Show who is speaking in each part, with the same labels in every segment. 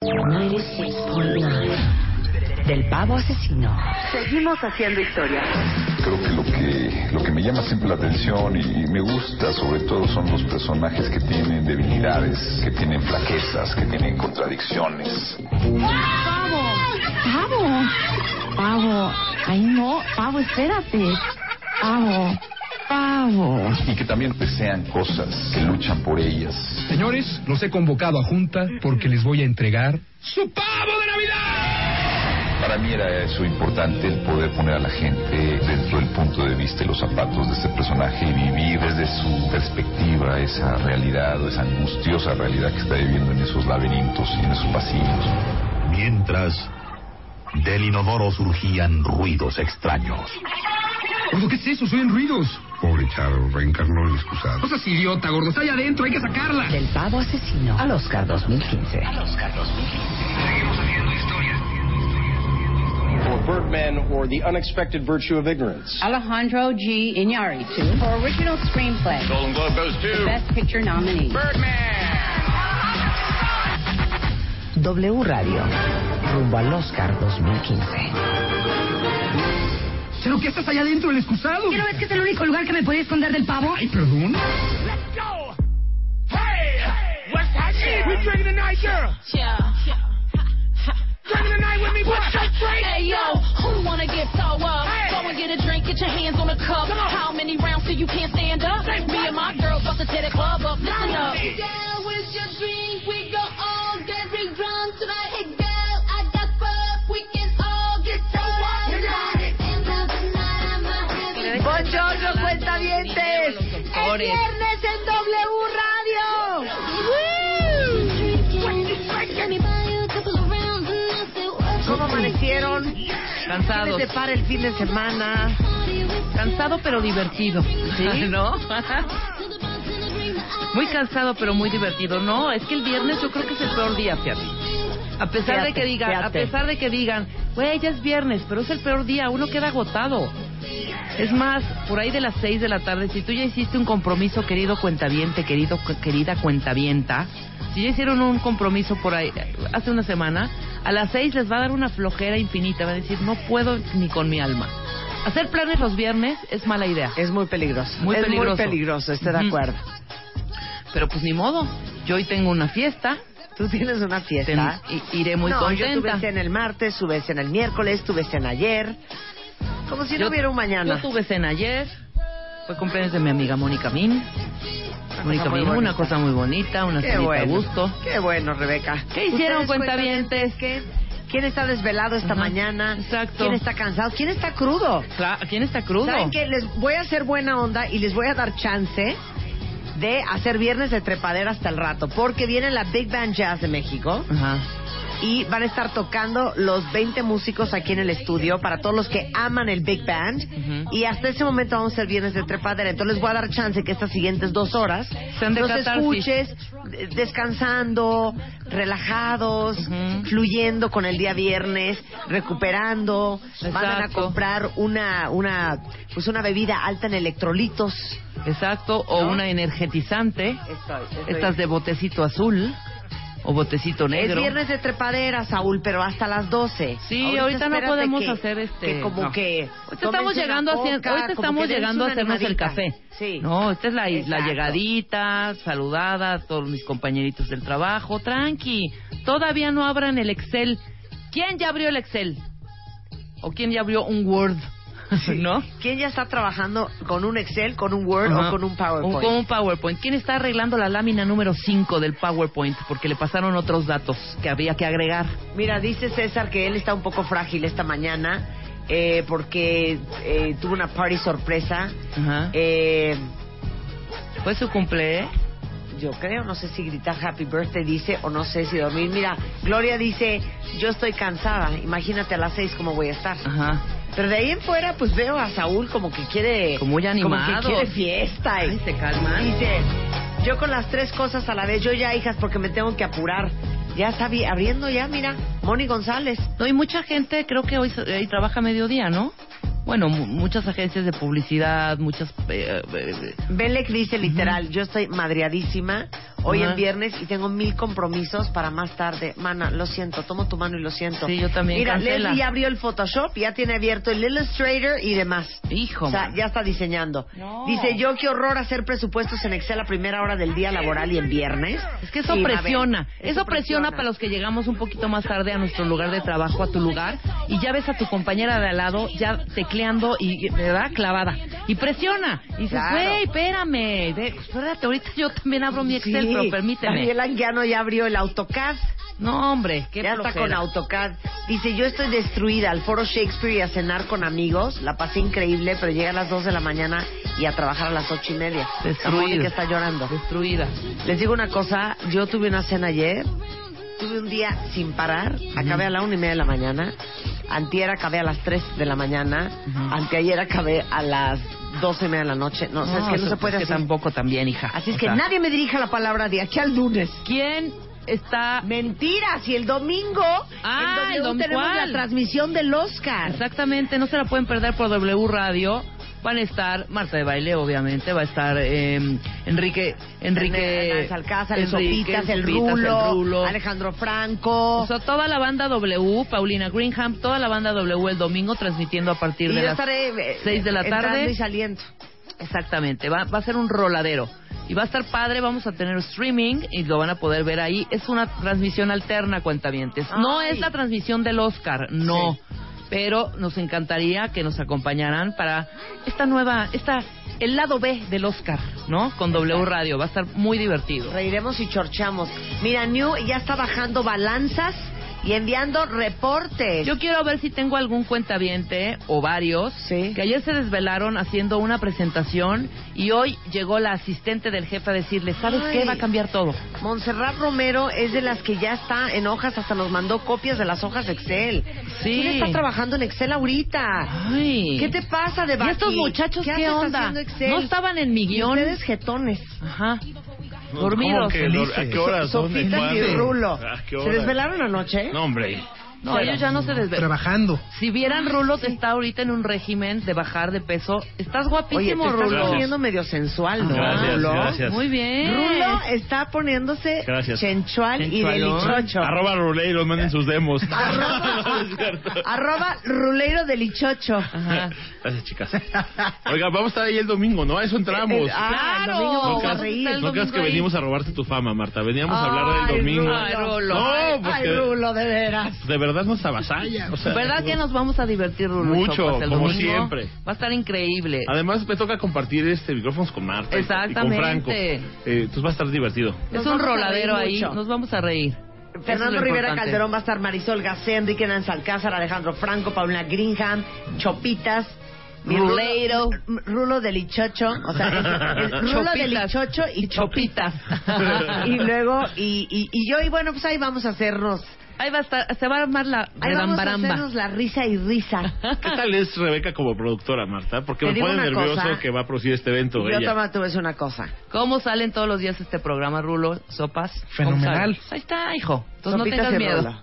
Speaker 1: 96.9 Del pavo asesino.
Speaker 2: Seguimos haciendo historia.
Speaker 3: Creo que lo que lo que me llama siempre la atención y, y me gusta sobre todo son los personajes que tienen debilidades, que tienen flaquezas, que tienen contradicciones.
Speaker 1: Pavo, pavo, pavo. Ay no, pavo, espérate. Pavo, pavo.
Speaker 3: Y que también desean cosas, que luchan por ellas.
Speaker 4: Señores, los he convocado a junta porque les voy a entregar su pavo de Navidad.
Speaker 3: Para mí era eso importante, el poder poner a la gente dentro del punto de vista y los zapatos de este personaje y vivir desde su perspectiva esa realidad, esa angustiosa realidad que está viviendo en esos laberintos y en esos pasillos.
Speaker 5: Mientras, del inodoro surgían ruidos extraños.
Speaker 4: Gordo, ¿qué es eso? Soy en ruidos.
Speaker 6: Pobre Charo, reencarnó el excusado.
Speaker 4: No seas idiota, gordo. Está allá adentro, hay que sacarla.
Speaker 1: Del pavo asesino. Al Oscar 2015. Al Oscar 2015.
Speaker 7: or Birdman or The Unexpected Virtue of Ignorance.
Speaker 8: Alejandro G. Iñárritu for original screenplay.
Speaker 9: Golden Globe goes to
Speaker 8: Best Picture nominee.
Speaker 7: Birdman.
Speaker 1: W Radio rumbo al Oscar 2015.
Speaker 4: ¿Pero qué estás allá adentro del excusado?
Speaker 8: ¿Qué no ves que es el único lugar que me podía esconder del pavo?
Speaker 4: Ay, perdón. Let's go. Hey, hey. what's happening? We drinking tonight, girl. Yeah. Drinking tonight with me, what's your drink?
Speaker 10: Hey, yo, who wanna get so up? Hey. Go and get a drink, get your hands on the cup. How many rounds till you can't stand up? Say me and my girls about to tear the club up. Listen up. Down with your drink, we go all getting drunk tonight. Hey, girl, I got fuck, we can all get so up.
Speaker 1: Buongiorno, cuentavientes. Es viernes en W Radio. ¿Cómo amanecieron?
Speaker 11: Cansados.
Speaker 1: ¿Qué les depara el fin de semana? Cansado pero divertido.
Speaker 11: ¿Sí? ¿No? muy cansado pero muy divertido. No, es que el viernes yo creo que es el peor día, fíjate. A pesar fíjate, de que digan, fíjate. a pesar de que digan, güey, ya es viernes, pero es el peor día, uno queda agotado. Es más, por ahí de las 6 de la tarde, si tú ya hiciste un compromiso, querido cuentaviente, querido, querida cuentavienta, si ya hicieron un compromiso por ahí hace una semana, a las 6 les va a dar una flojera infinita, van a decir, no puedo ni con mi alma. Hacer planes los viernes es mala idea.
Speaker 1: Es muy peligroso.
Speaker 11: Muy
Speaker 1: es
Speaker 11: peligroso.
Speaker 1: muy peligroso, estoy de acuerdo.
Speaker 11: Pero pues ni modo, yo hoy tengo una fiesta,
Speaker 1: Tú tienes una fiesta.
Speaker 11: Ten, iré muy
Speaker 1: no,
Speaker 11: contenta.
Speaker 1: Yo tuve este en el martes, tuve este en el miércoles, tuve este en ayer. Como si yo, no hubiera un mañana.
Speaker 11: Yo tuve en ayer. Fue cumpleaños de mi amiga Mónica Min. Mónica Min, una cosa muy bonita, una
Speaker 1: qué bueno,
Speaker 11: a gusto.
Speaker 1: Qué bueno, Rebeca.
Speaker 11: ¿Qué hicieron, cuentavientes?
Speaker 1: ¿Qué? ¿Quién está desvelado esta Ajá, mañana?
Speaker 11: Exacto.
Speaker 1: ¿Quién está cansado? ¿Quién está crudo?
Speaker 11: Claro, ¿Quién está crudo?
Speaker 1: ¿Saben qué? Les voy a hacer buena onda y les voy a dar chance de hacer viernes de trepadera hasta el rato, porque viene la Big Band Jazz de México.
Speaker 11: Ajá.
Speaker 1: Y van a estar tocando los 20 músicos aquí en el estudio para todos los que aman el Big Band. Uh -huh. Y hasta ese momento vamos a ser viernes de trepadera. Entonces les voy a dar chance que estas siguientes dos horas los escuches descansando, relajados, uh -huh. fluyendo con el día viernes, recuperando. Exacto. Van a comprar una, una, pues una bebida alta en electrolitos.
Speaker 11: Exacto, o ¿No? una energetizante.
Speaker 1: Estoy, estoy
Speaker 11: Estas de botecito azul o botecito negro.
Speaker 1: Es viernes de trepadera, Saúl, pero hasta las 12.
Speaker 11: Sí, ahorita, ahorita no podemos
Speaker 1: que,
Speaker 11: hacer este.
Speaker 1: Que como no. que.
Speaker 11: Ahorita estamos llegando, boca, hacia, ahorita estamos llegando a hacernos el café.
Speaker 1: Sí.
Speaker 11: No, esta es la, la, llegadita, saludada a todos mis compañeritos del trabajo. Tranqui, todavía no abran el Excel. ¿Quién ya abrió el Excel? ¿O quién ya abrió un Word?
Speaker 1: Sí.
Speaker 11: ¿No?
Speaker 1: ¿Quién ya está trabajando con un Excel, con un Word uh -huh. o con un PowerPoint?
Speaker 11: O con un PowerPoint. ¿Quién está arreglando la lámina número 5 del PowerPoint? Porque le pasaron otros datos que había que agregar.
Speaker 1: Mira, dice César que él está un poco frágil esta mañana eh, porque eh, tuvo una party sorpresa.
Speaker 11: Uh -huh.
Speaker 1: eh,
Speaker 11: ¿Fue su cumple?
Speaker 1: yo creo, no sé si gritar Happy Birthday dice o no sé si dormir. Mira, Gloria dice, yo estoy cansada, imagínate a las seis cómo voy a estar.
Speaker 11: Ajá.
Speaker 1: Pero de ahí en fuera, pues veo a Saúl como que quiere...
Speaker 11: Como muy animado.
Speaker 1: Como que quiere fiesta. Y
Speaker 11: Ay, se calman.
Speaker 1: Dice, yo con las tres cosas a la vez, yo ya, hijas, porque me tengo que apurar. Ya está vi- abriendo ya, mira, Moni González.
Speaker 11: No, y mucha gente creo que hoy eh, trabaja mediodía, ¿no? Bueno, mu- muchas agencias de publicidad, muchas... eh, eh,
Speaker 1: Belec dice literal, yo estoy madreadísima hoy
Speaker 11: Ajá.
Speaker 1: en viernes y tengo mil compromisos para más tarde. Mana, lo siento, tomo tu mano y lo siento.
Speaker 11: Sí, yo también,
Speaker 1: Mira,
Speaker 11: cancela.
Speaker 1: Leslie ya abrió el Photoshop, ya tiene abierto el Illustrator y demás.
Speaker 11: Hijo,
Speaker 1: O sea,
Speaker 11: man.
Speaker 1: ya está diseñando.
Speaker 11: No.
Speaker 1: Dice, yo qué horror hacer presupuestos en Excel a primera hora del día laboral y en viernes.
Speaker 11: es que eso
Speaker 1: Y va a ver,
Speaker 11: presiona. Eso presiona para los que llegamos un poquito más tarde a nuestro lugar de trabajo, a tu lugar, y ya ves a tu compañera de al lado ya tecleando y, ¿verdad? Clavada. Y presiona. Y dices,
Speaker 1: Claro.
Speaker 11: güey, espérame. ve, pues, espérate, ahorita yo también abro mi Excel,
Speaker 1: Sí.
Speaker 11: pero permíteme.
Speaker 1: Daniel Anguiano ya abrió el AutoCAD.
Speaker 11: No, hombre, qué
Speaker 1: ya está
Speaker 11: flojera.
Speaker 1: con AutoCAD. Dice, yo estoy destruida al foro Shakespeare y a cenar con amigos. La pasé increíble, pero llegué a las 2 de la mañana y a trabajar a las ocho y media. La
Speaker 11: Destruida.
Speaker 1: Mónica está llorando.
Speaker 11: Destruida.
Speaker 1: Les digo una cosa, yo tuve una cena ayer, tuve un día sin parar, acabé a la una y media de la mañana, antier acabé a las 3 de la mañana,
Speaker 11: Ujú.
Speaker 1: anteayer acabé a las doce y media de la noche. No, o sea, es que no
Speaker 11: eso,
Speaker 1: se puede
Speaker 11: pues, que
Speaker 1: hacer.
Speaker 11: tampoco también, hija.
Speaker 1: Así es
Speaker 11: O
Speaker 1: que
Speaker 11: sea,
Speaker 1: nadie me dirija la palabra de aquí al lunes.
Speaker 11: ¿Quién está
Speaker 1: Mentiras, y el domingo,
Speaker 11: Ah,
Speaker 1: el
Speaker 11: el
Speaker 1: domingo
Speaker 11: domingo,
Speaker 1: tenemos
Speaker 11: ¿cuál?
Speaker 1: la transmisión del Oscar.
Speaker 11: Exactamente, no se la pueden perder por W Radio. Van a estar Marta de Baile, obviamente, va a estar eh, Enrique, Enrique,
Speaker 1: Hernández Alcázar, el
Speaker 11: Enrique,
Speaker 1: Sopitas, el
Speaker 11: Sopitas,
Speaker 1: Rulo,
Speaker 11: el Rulo.
Speaker 1: Alejandro Franco.
Speaker 11: O sea, toda la banda W, Paulina Greenham, toda la banda W el domingo transmitiendo a
Speaker 1: y
Speaker 11: partir
Speaker 1: yo
Speaker 11: de las
Speaker 1: estaré eh,
Speaker 11: 6 de la
Speaker 1: entrando
Speaker 11: tarde.
Speaker 1: y saliendo.
Speaker 11: Exactamente, va, va a ser un roladero. Y va a estar padre, vamos a tener streaming y lo van a poder ver ahí. Es una transmisión alterna, cuentavientes. No
Speaker 1: Ay.
Speaker 11: es la transmisión del Oscar, no. Pero nos encantaría que nos acompañaran para esta nueva, esta, el lado B del Oscar, ¿no? Con W Radio, va a estar muy divertido.
Speaker 1: Reiremos y chorchamos. Mira, New ya está bajando balanzas y enviando reportes.
Speaker 11: Yo quiero ver si tengo algún cuentaviente o varios
Speaker 1: Sí.
Speaker 11: que ayer se desvelaron haciendo una presentación y hoy llegó la asistente del jefe a decirle, ¿sabes
Speaker 1: Ay.
Speaker 11: qué? Va a cambiar todo.
Speaker 1: Montserrat Romero es de las que ya está en hojas, hasta nos mandó copias de las hojas de Excel.
Speaker 11: Sí.
Speaker 1: ¿Quién está trabajando en Excel ahorita?
Speaker 11: Ay.
Speaker 1: ¿Qué te pasa de
Speaker 11: ¿Y estos muchachos qué,
Speaker 1: haces
Speaker 11: onda?
Speaker 1: haciendo Excel?
Speaker 11: No estaban en mi
Speaker 1: Y
Speaker 11: guión.
Speaker 1: ustedes jetones.
Speaker 11: Ajá. Dormidos.
Speaker 9: que dor- ¿A qué horas? ¿Dónde?
Speaker 1: Sopitas y
Speaker 9: ¿Cuándo?
Speaker 1: Rulo.
Speaker 9: ¿A qué
Speaker 1: ¿Se
Speaker 9: horas?
Speaker 1: desvelaron anoche?
Speaker 9: No, hombre.
Speaker 11: No, ellos ya no se desvelan.
Speaker 12: Trabajando.
Speaker 11: Si vieran Rulo que está ahorita en un régimen de bajar de peso, estás
Speaker 1: Oye,
Speaker 11: guapísimo
Speaker 1: te estás
Speaker 11: Rulo.
Speaker 1: poniendo medio sensual, ¿no?
Speaker 9: Gracias,
Speaker 1: Rulo?
Speaker 9: gracias.
Speaker 11: Muy bien.
Speaker 1: Rulo está poniéndose
Speaker 9: Gracias.
Speaker 1: chenchual y
Speaker 9: Sensualón.
Speaker 1: delichocho.
Speaker 9: Arroba Ruleiros, manden sus demos.
Speaker 1: Arroba-
Speaker 9: No, es cierto.
Speaker 1: Arroba ruleiro delichocho.
Speaker 11: Ajá.
Speaker 9: Gracias, chicas. Oiga, vamos a estar ahí el domingo, ¿no? A eso entramos.
Speaker 1: Eh, eh, ah, el
Speaker 11: Claro.
Speaker 1: domingo
Speaker 9: no
Speaker 1: vamos a
Speaker 9: creas,
Speaker 1: reír.
Speaker 11: el
Speaker 9: no creas que
Speaker 11: domingo ahí.
Speaker 9: venimos a robarte tu fama, Marta. Veníamos a hablar
Speaker 1: Ay,
Speaker 9: del domingo.
Speaker 11: Ay, Rulo.
Speaker 9: No,
Speaker 1: Ay,
Speaker 9: porque
Speaker 1: Rulo, de veras.
Speaker 9: de verdad nos avasalla. O sea,
Speaker 11: ¿Verdad que nos vamos a divertir, Rulo?
Speaker 9: Mucho,
Speaker 11: Chopas, el
Speaker 9: como
Speaker 11: domingo?
Speaker 9: siempre.
Speaker 11: Va a estar increíble.
Speaker 9: Además, me toca compartir este micrófonos con Marta. y- Y
Speaker 11: Exactamente.
Speaker 9: con Franco. Eh, entonces va a estar divertido.
Speaker 11: Es
Speaker 1: Nos
Speaker 11: un
Speaker 1: vamos a
Speaker 11: roladero
Speaker 1: reír
Speaker 11: ahí.
Speaker 1: mucho.
Speaker 11: Nos vamos a reír. Eso es
Speaker 1: Fernando
Speaker 11: lo
Speaker 1: Rivera
Speaker 11: importante.
Speaker 1: Calderón va a estar Marisol Gacé, Enrique Nanz Alcázar, Alejandro Franco, Paulina Greenham, Chopitas. mi
Speaker 11: Ruleiro.
Speaker 1: Rulo- Rulo del Ichocho, o sea, es- es Rulo del
Speaker 11: Chopitas.
Speaker 1: Ichocho y Chopitas.
Speaker 11: Chopitas.
Speaker 1: y luego, y, y, y yo, y bueno, pues ahí vamos a hacernos,
Speaker 11: Ahí va a estar, se va a armar la
Speaker 1: ahí vamos a
Speaker 11: redambaramba.
Speaker 1: hacernos la risa y risa.
Speaker 9: ¿Qué tal es Rebeca como productora, Marta? Porque
Speaker 1: Te
Speaker 9: me
Speaker 1: digo
Speaker 9: pone
Speaker 1: una
Speaker 9: nervioso
Speaker 1: cosa.
Speaker 9: que va a producir este evento.
Speaker 1: Yo
Speaker 9: ella.
Speaker 1: toma, te voy a decir una cosa.
Speaker 11: ¿Cómo salen todos los días este programa, Rulo? ¿Sopas? ¿Cómo
Speaker 12: Fenomenal.
Speaker 11: salen? Ahí está, hijo. Entonces
Speaker 1: Sopitas
Speaker 11: no tengas
Speaker 1: y
Speaker 11: miedo.
Speaker 1: rola.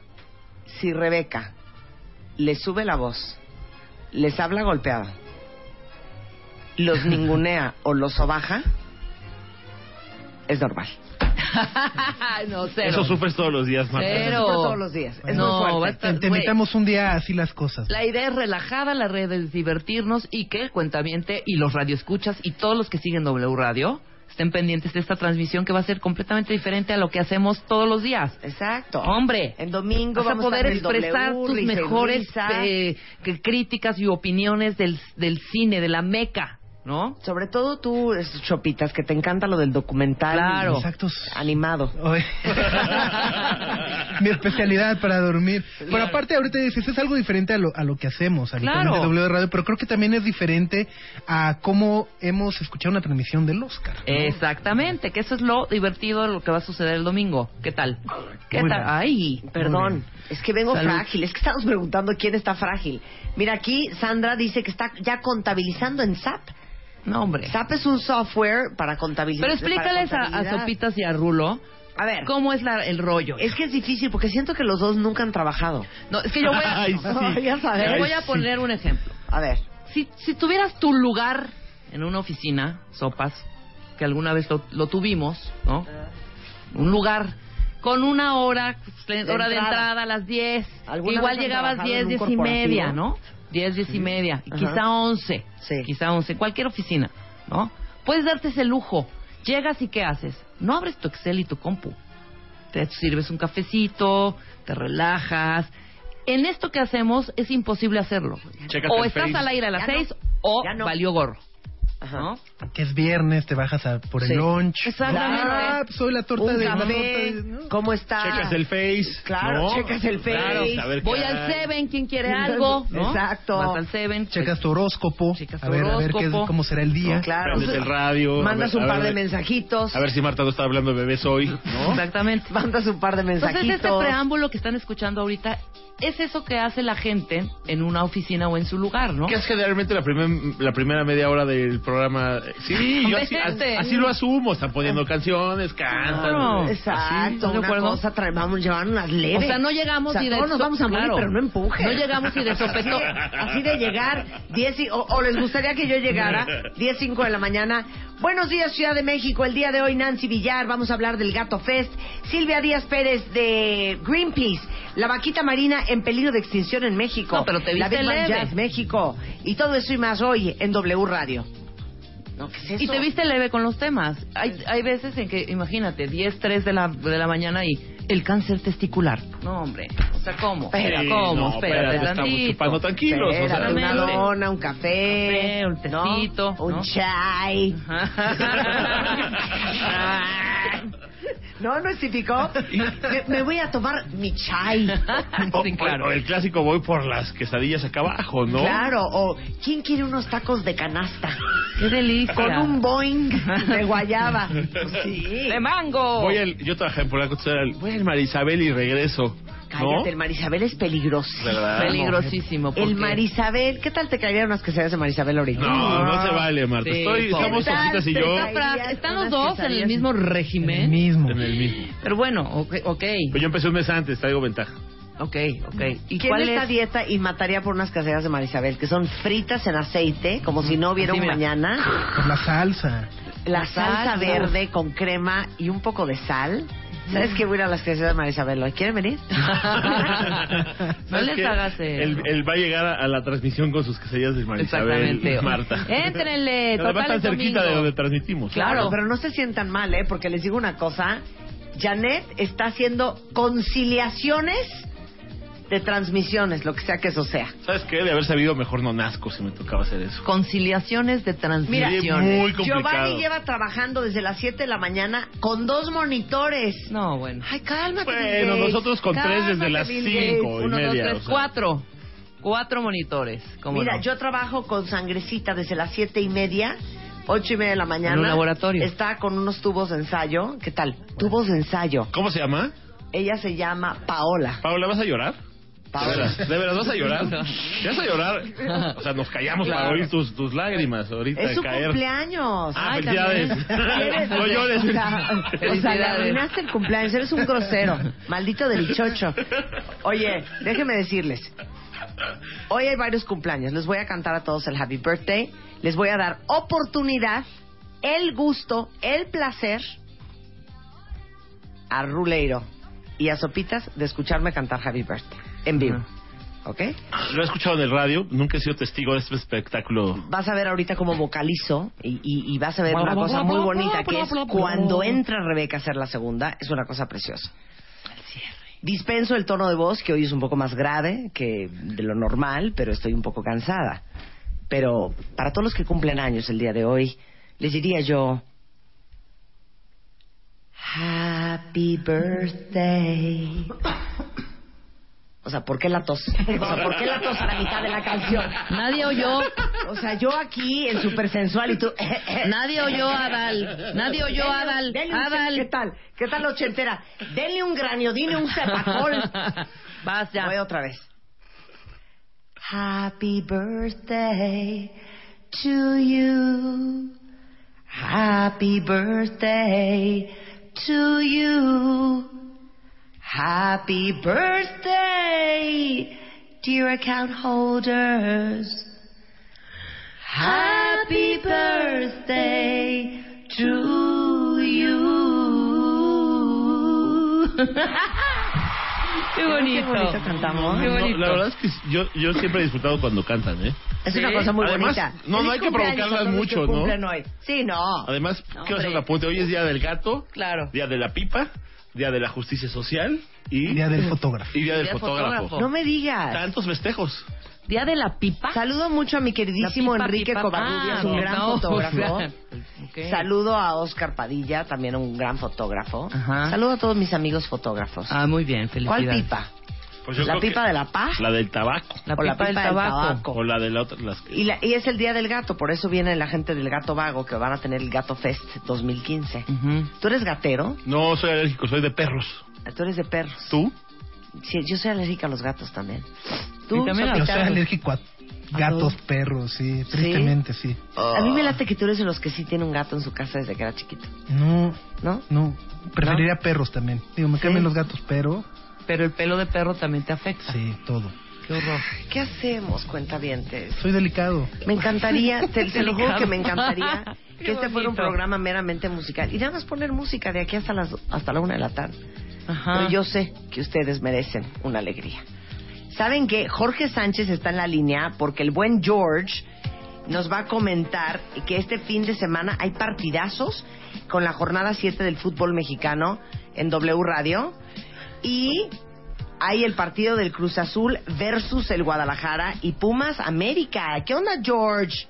Speaker 1: Si Rebeca le sube la voz, les habla golpeada, los ningunea o los sobaja, es normal.
Speaker 11: no, cero.
Speaker 9: Eso sufres todos los días, Marta.
Speaker 11: Cero.
Speaker 1: Eso es todos los días. Es
Speaker 11: No,
Speaker 1: muy fuerte.
Speaker 11: va a estar-
Speaker 12: Te, te
Speaker 11: güey.
Speaker 12: invitamos un día así las cosas.
Speaker 11: La idea es relajada, la red es divertirnos y que el cuentamiente y los radioescuchas y todos los que siguen W Radio estén pendientes de esta transmisión que va a ser completamente diferente a lo que hacemos todos los días.
Speaker 1: Exacto.
Speaker 11: Hombre,
Speaker 1: En domingo
Speaker 11: vas a
Speaker 1: vamos
Speaker 11: poder
Speaker 1: a estar en el
Speaker 11: expresar
Speaker 1: W,
Speaker 11: tus
Speaker 1: risa y
Speaker 11: mejores
Speaker 1: risa.
Speaker 11: eh, que- críticas y opiniones del, del cine, de la meca, ¿no?
Speaker 1: Sobre todo tú, es, Chopitas, que te encanta lo del documental
Speaker 11: Claro.
Speaker 12: Exactos.
Speaker 1: animado.
Speaker 12: Oye. mi especialidad para dormir. Pero aparte, ahorita dices, es algo diferente a lo, a lo que hacemos habitualmente
Speaker 11: Claro.
Speaker 12: en W Radio, pero creo que también es diferente a cómo hemos escuchado una transmisión del Oscar.
Speaker 11: Exactamente, que eso es lo divertido de lo que va a suceder el domingo. ¿Qué tal? ¿Qué
Speaker 1: Muy
Speaker 11: tal?
Speaker 1: bien.
Speaker 11: Ay,
Speaker 1: Perdón, es que vengo
Speaker 11: Salud.
Speaker 1: frágil. Es que estamos preguntando quién está frágil. Mira, aquí Sandra dice que está ya contabilizando en SAP.
Speaker 11: No, hombre.
Speaker 1: SAP es un software para contabilizar.
Speaker 11: Pero explícales a, a Sopitas y a Rulo.
Speaker 1: A ver.
Speaker 11: ¿Cómo es la- el rollo?
Speaker 1: Es que es difícil porque siento que los dos nunca han trabajado.
Speaker 11: No, es que yo voy a,
Speaker 1: Ay, sí. Ya sabes.
Speaker 11: les voy a
Speaker 1: Ay, sí.
Speaker 11: poner un ejemplo.
Speaker 1: A ver.
Speaker 11: Si, si tuvieras tu lugar en una oficina, sopas, que alguna vez lo, lo tuvimos, ¿no? Un lugar con una hora, pues,
Speaker 1: De
Speaker 11: hora de
Speaker 1: entrada.
Speaker 11: entrada a las 10.
Speaker 1: ¿Alguna
Speaker 11: Igual
Speaker 1: vez han
Speaker 11: llegabas
Speaker 1: trabajado
Speaker 11: 10,
Speaker 1: en un
Speaker 11: 10 y
Speaker 1: corporativo?
Speaker 11: media, ¿no? 10, 10 y media. y
Speaker 1: Ajá.
Speaker 11: Quizá 11. Quizá 11. Cualquier oficina, ¿no? Puedes darte ese lujo. Llegas y ¿qué haces? No abres tu Excel y tu compu. Te sirves un cafecito, te relajas. En esto que hacemos es imposible hacerlo.
Speaker 12: Chécate
Speaker 11: o
Speaker 12: el
Speaker 11: estás
Speaker 12: Face.
Speaker 11: al aire a las
Speaker 12: Ya no.
Speaker 11: 6 o
Speaker 12: Ya no.
Speaker 11: valió gorro. ¿no?
Speaker 12: Que es viernes, te bajas a, por
Speaker 11: Sí.
Speaker 12: el lunch.
Speaker 11: Exactamente.
Speaker 12: Ah, soy la torta
Speaker 1: Un
Speaker 12: de...
Speaker 1: café,
Speaker 12: la torta de- ¿no?
Speaker 1: ¿Cómo está?
Speaker 12: Checas el
Speaker 9: Face.
Speaker 1: Claro,
Speaker 12: ¿no?
Speaker 1: checas el Face.
Speaker 12: Claro, a ver qué
Speaker 11: Voy
Speaker 12: hay.
Speaker 11: al Seven, quien quiere algo? ¿no?
Speaker 1: Exacto.
Speaker 11: Vas al Seven.
Speaker 12: Checas tu horóscopo.
Speaker 11: tu
Speaker 12: a ver, a ver qué-
Speaker 11: horóscopo.
Speaker 12: cómo será el día.
Speaker 11: No, claro.
Speaker 9: Prendes el radio.
Speaker 1: Mandas
Speaker 9: a
Speaker 1: un
Speaker 9: ver-
Speaker 1: par
Speaker 9: a
Speaker 1: de
Speaker 9: ver-
Speaker 1: mensajitos.
Speaker 9: A ver si Marta no está hablando de bebés hoy, ¿no?
Speaker 11: Exactamente.
Speaker 1: Mandas un par de mensajitos.
Speaker 11: Entonces, este preámbulo que están escuchando ahorita es eso que hace la gente en una oficina o en su lugar, ¿no?
Speaker 9: Que es generalmente la, primer- la primera media hora del programa. Sí, yo así,
Speaker 11: Vete.
Speaker 9: así lo asumo. Están poniendo canciones, cantan.
Speaker 1: Claro,
Speaker 9: ¿no?
Speaker 1: exacto,
Speaker 9: Así.
Speaker 1: una cosa, tra- vamos, llevar unas leves.
Speaker 11: O sea, no llegamos
Speaker 1: O sea,
Speaker 11: y de
Speaker 1: todos nos
Speaker 11: so-
Speaker 1: vamos a morir,
Speaker 11: claro.
Speaker 1: pero no empuje.
Speaker 11: No llegamos y de sopetón.
Speaker 1: Así de llegar, 10 y- o, o les gustaría que yo llegara, 10, 5 de la mañana. Buenos días, Ciudad de México. El día de hoy, Nancy Villar, vamos a hablar del Gato Fest. Silvia Díaz Pérez de Greenpeace. La vaquita marina en peligro de extinción en México.
Speaker 11: No, pero te
Speaker 1: la
Speaker 11: viste
Speaker 1: Big Bang
Speaker 11: leve.
Speaker 1: Jazz, México. Y todo eso y más hoy en W Radio. No, ¿qué es eso?
Speaker 11: Y te viste leve con los temas. Hay, hay veces en que, imagínate, 10, 3 de la, de la mañana y el cáncer testicular. No, hombre. O sea, ¿cómo? Espera,
Speaker 9: Sí,
Speaker 11: ¿cómo?
Speaker 9: no,
Speaker 11: espérate,
Speaker 9: espérate, estamos
Speaker 11: tantito.
Speaker 9: chupando tranquilos, o sea.
Speaker 1: Espérate, una
Speaker 11: Exactamente.
Speaker 1: dona, un café,
Speaker 11: Café, un tecito,
Speaker 1: ¿no? un
Speaker 11: ¿no?
Speaker 1: chai. no, no es típico. Me, me voy a tomar mi chai.
Speaker 9: O- o el clásico voy por las quesadillas acá abajo, ¿no?
Speaker 1: Claro, o ¿quién quiere unos tacos de canasta?
Speaker 11: ¡Qué delicia!
Speaker 1: Con un boing de guayaba. Pues sí.
Speaker 11: ¡De mango!
Speaker 9: Voy al, yo trabajé en Polaco, entonces era el- voy al Marisabel y regreso. ¿No?
Speaker 1: Cállate, el Marisabel es peligrosísimo.
Speaker 9: ¿Verdad?
Speaker 11: Peligrosísimo. ¿por
Speaker 1: El
Speaker 11: qué?
Speaker 1: Marisabel, ¿qué tal te caerían unas quesadillas de Marisabel ahorita?
Speaker 9: No, no se vale, Marta.
Speaker 11: Ah, Sí,
Speaker 9: Estoy,
Speaker 11: pobre.
Speaker 9: estamos Sopitas y yo
Speaker 11: Está Fra- ¿Están los
Speaker 1: unas
Speaker 11: dos en el
Speaker 1: quesadillas.
Speaker 11: mismo régimen?
Speaker 9: en el mismo.
Speaker 11: Pero bueno, ok. Ok,
Speaker 9: Pero Pues yo empecé un mes antes, traigo ventaja.
Speaker 11: ok. ok. ¿Y
Speaker 1: ¿Quién
Speaker 11: cuál
Speaker 1: esta
Speaker 11: es?
Speaker 1: dieta y mataría por unas caseras de Marisabel? Que son fritas en aceite, como si no hubiera
Speaker 11: Así,
Speaker 1: un
Speaker 11: mira.
Speaker 1: mañana.
Speaker 12: Por La salsa.
Speaker 1: La salsa
Speaker 11: salsa.
Speaker 1: verde con crema y un poco de sal. ¿Sabes qué? Voy a ir a las caseras de Marisabel. hoy. ¿Quieren venir?
Speaker 11: no
Speaker 9: ¿Sabes
Speaker 11: les
Speaker 9: qué?
Speaker 11: hagas eso.
Speaker 9: Él, él va a llegar a, a la transmisión con sus quesadillas del Marisabel.
Speaker 11: Exactamente.
Speaker 9: Marta.
Speaker 1: Eh.
Speaker 11: Éntrenle,
Speaker 9: Además,
Speaker 11: total
Speaker 9: tan
Speaker 11: es
Speaker 9: cerquita
Speaker 11: domingo.
Speaker 9: de donde transmitimos.
Speaker 11: Claro.
Speaker 1: Pero no se sientan mal, ¿eh? Porque les digo una cosa. Janet está haciendo conciliaciones de transmisiones, lo que sea que eso sea.
Speaker 9: ¿Sabes qué? De haber sabido, mejor no nazco si me tocaba hacer eso.
Speaker 11: Conciliaciones de
Speaker 1: Mira,
Speaker 11: transmisiones.
Speaker 9: muy complicado.
Speaker 1: Giovanni lleva trabajando desde las 7 de la mañana con dos monitores.
Speaker 11: eh, No, bueno.
Speaker 1: Ay, cálmate. Bill
Speaker 9: Bueno,
Speaker 1: Gates.
Speaker 9: nosotros con tres desde
Speaker 1: Cálmate,
Speaker 9: las
Speaker 1: Bill
Speaker 9: cinco
Speaker 1: Gates.
Speaker 9: y
Speaker 11: Uno, dos,
Speaker 9: media.
Speaker 11: tres,
Speaker 9: o sea.
Speaker 11: cuatro. Cuatro monitores. ¿cómo
Speaker 1: Mira,
Speaker 11: no?
Speaker 1: yo trabajo con sangrecita desde las siete y media, ocho y media de la mañana.
Speaker 11: En un laboratorio.
Speaker 1: Está con unos tubos de ensayo. ¿Qué tal? Tubos de ensayo.
Speaker 9: ¿Cómo se llama?
Speaker 1: Ella se llama Paola.
Speaker 9: Paola, ¿vas a llorar?
Speaker 1: Paola.
Speaker 9: ¿De veras? ¿De veras vas a llorar? ¿Te ¿Vas a llorar? O sea, nos callamos para
Speaker 11: Claro.
Speaker 9: oír tus, tus lágrimas ahorita
Speaker 1: Es
Speaker 9: de
Speaker 1: su
Speaker 9: caer.
Speaker 1: cumpleaños.
Speaker 9: Ah, felicidades.
Speaker 1: Eres-
Speaker 9: No llores.
Speaker 1: O sea, o sea, le arruinaste el cumpleaños. Eres un grosero. Maldito delichocho. Oye, déjenme decirles. Hoy hay varios cumpleaños. Les voy a cantar a todos el Happy Birthday. Les voy a dar oportunidad, el gusto, el placer a Ruleiro y a Sopitas de escucharme cantar Happy Birthday en vivo. ¿Ok?
Speaker 9: Lo he escuchado en el radio, nunca he sido testigo de este espectáculo.
Speaker 1: vas a ver ahorita cómo vocalizo y, y- y vas a ver una cosa muy bonita que es cuando entra Rebeca a hacer la segunda, es una cosa preciosa. Dispenso el tono de voz, que hoy es un poco más grave que de lo normal, pero estoy un poco cansada. Pero para todos los que cumplen años el día de hoy, les diría yo... Happy birthday O sea, ¿por qué la tos? O sea, ¿por qué la tos a la mitad de la canción?
Speaker 11: Nadie oyó.
Speaker 1: O sea, yo aquí, el supersensual y tú... eh,
Speaker 11: Nadie oyó a Adal. Nadie oyó a Adal.
Speaker 1: Denle un-
Speaker 11: Adal.
Speaker 1: ¿Qué tal? ¿Qué tal la ochentera? Denle un granio, dile un cepacol.
Speaker 11: Vas ya.
Speaker 1: Voy otra vez. Happy birthday to you. Happy birthday to you. Happy birthday, dear account holders. Happy birthday to you.
Speaker 11: Qué bonito.
Speaker 1: Qué bonito cantamos.
Speaker 11: Qué
Speaker 9: No,
Speaker 11: bonito.
Speaker 9: la verdad es que yo, yo siempre he disfrutado cuando cantan, ¿eh?
Speaker 1: Es una cosa muy
Speaker 9: Además,
Speaker 1: bonita.
Speaker 9: No,
Speaker 1: Feliz
Speaker 9: no hay que
Speaker 1: cumpleaños a
Speaker 9: provocarlas
Speaker 1: todos los
Speaker 9: mucho,
Speaker 1: que
Speaker 9: ¿no?
Speaker 1: cumplen hoy. Sí, no.
Speaker 9: Además, ¿qué vas a
Speaker 1: hombre.
Speaker 9: hacer apunte? Hoy es día del gato,
Speaker 11: Claro.
Speaker 9: día de la pipa, día de la justicia social y
Speaker 12: Día del fotógrafo.
Speaker 9: y día del
Speaker 11: Día
Speaker 9: fotógrafo.
Speaker 11: fotógrafo.
Speaker 1: No me digas.
Speaker 9: Tantos festejos.
Speaker 11: Día de la pipa.
Speaker 1: Saludo mucho a mi queridísimo
Speaker 11: La pipa,
Speaker 1: Enrique
Speaker 11: pipa.
Speaker 1: Covarrubias,
Speaker 11: Ah,
Speaker 1: un
Speaker 11: no,
Speaker 1: gran
Speaker 11: no,
Speaker 1: fotógrafo.
Speaker 11: o sea, ok.
Speaker 1: Saludo a Oscar Padilla, también un gran fotógrafo.
Speaker 11: Ajá.
Speaker 1: Saludo a todos mis amigos fotógrafos.
Speaker 11: Ah, muy bien,
Speaker 1: ¿Cuál
Speaker 11: felicidades.
Speaker 1: pipa?
Speaker 9: Pues yo
Speaker 1: ¿La
Speaker 9: creo que
Speaker 1: pipa de la paz?
Speaker 9: La del tabaco.
Speaker 11: La
Speaker 1: o
Speaker 11: pipa, del tabaco.
Speaker 9: O la de la otra. Las...
Speaker 1: Y, la- y es el día del gato, por eso viene la gente del gato vago que van a tener el Gato Fest 2015.
Speaker 11: Ujú.
Speaker 1: ¿Tú eres gatero?
Speaker 9: No soy alérgico, soy de perros.
Speaker 1: Tú eres de perros.
Speaker 9: ¿Tú?
Speaker 1: Sí, yo soy alérgica a los gatos también.
Speaker 11: Y también
Speaker 1: Sopita?
Speaker 12: Yo soy alérgico a gatos,
Speaker 1: todo?
Speaker 12: perros, sí, tristemente, sí.
Speaker 1: A mí me late que tú eres de los que sí tiene un gato en su casa desde que era chiquito,
Speaker 12: No,
Speaker 1: ¿no?
Speaker 12: no, preferiría perros también. Digo, me cambian los gatos, pero
Speaker 11: Pero el pelo de perro también te afecta.
Speaker 12: sí, todo.
Speaker 11: Qué horror.
Speaker 1: ¿Qué hacemos, cuentavientes?
Speaker 12: Soy delicado.
Speaker 1: Me encantaría, te, te lo juro
Speaker 11: Delicado.
Speaker 1: que me encantaría que
Speaker 11: Qué
Speaker 1: este fuera un
Speaker 11: bonito.
Speaker 1: programa meramente musical. Y nada más poner música de aquí hasta, las, hasta la una de la tarde.
Speaker 11: Ajá.
Speaker 1: Pero yo sé que ustedes merecen una alegría. ¿Saben que Jorge Sánchez está en la línea porque el buen George nos va a comentar que este fin de semana hay partidazos con la jornada 7 del fútbol mexicano en W Radio y hay el partido del Cruz Azul versus el Guadalajara y Pumas América. ¿Qué onda, George?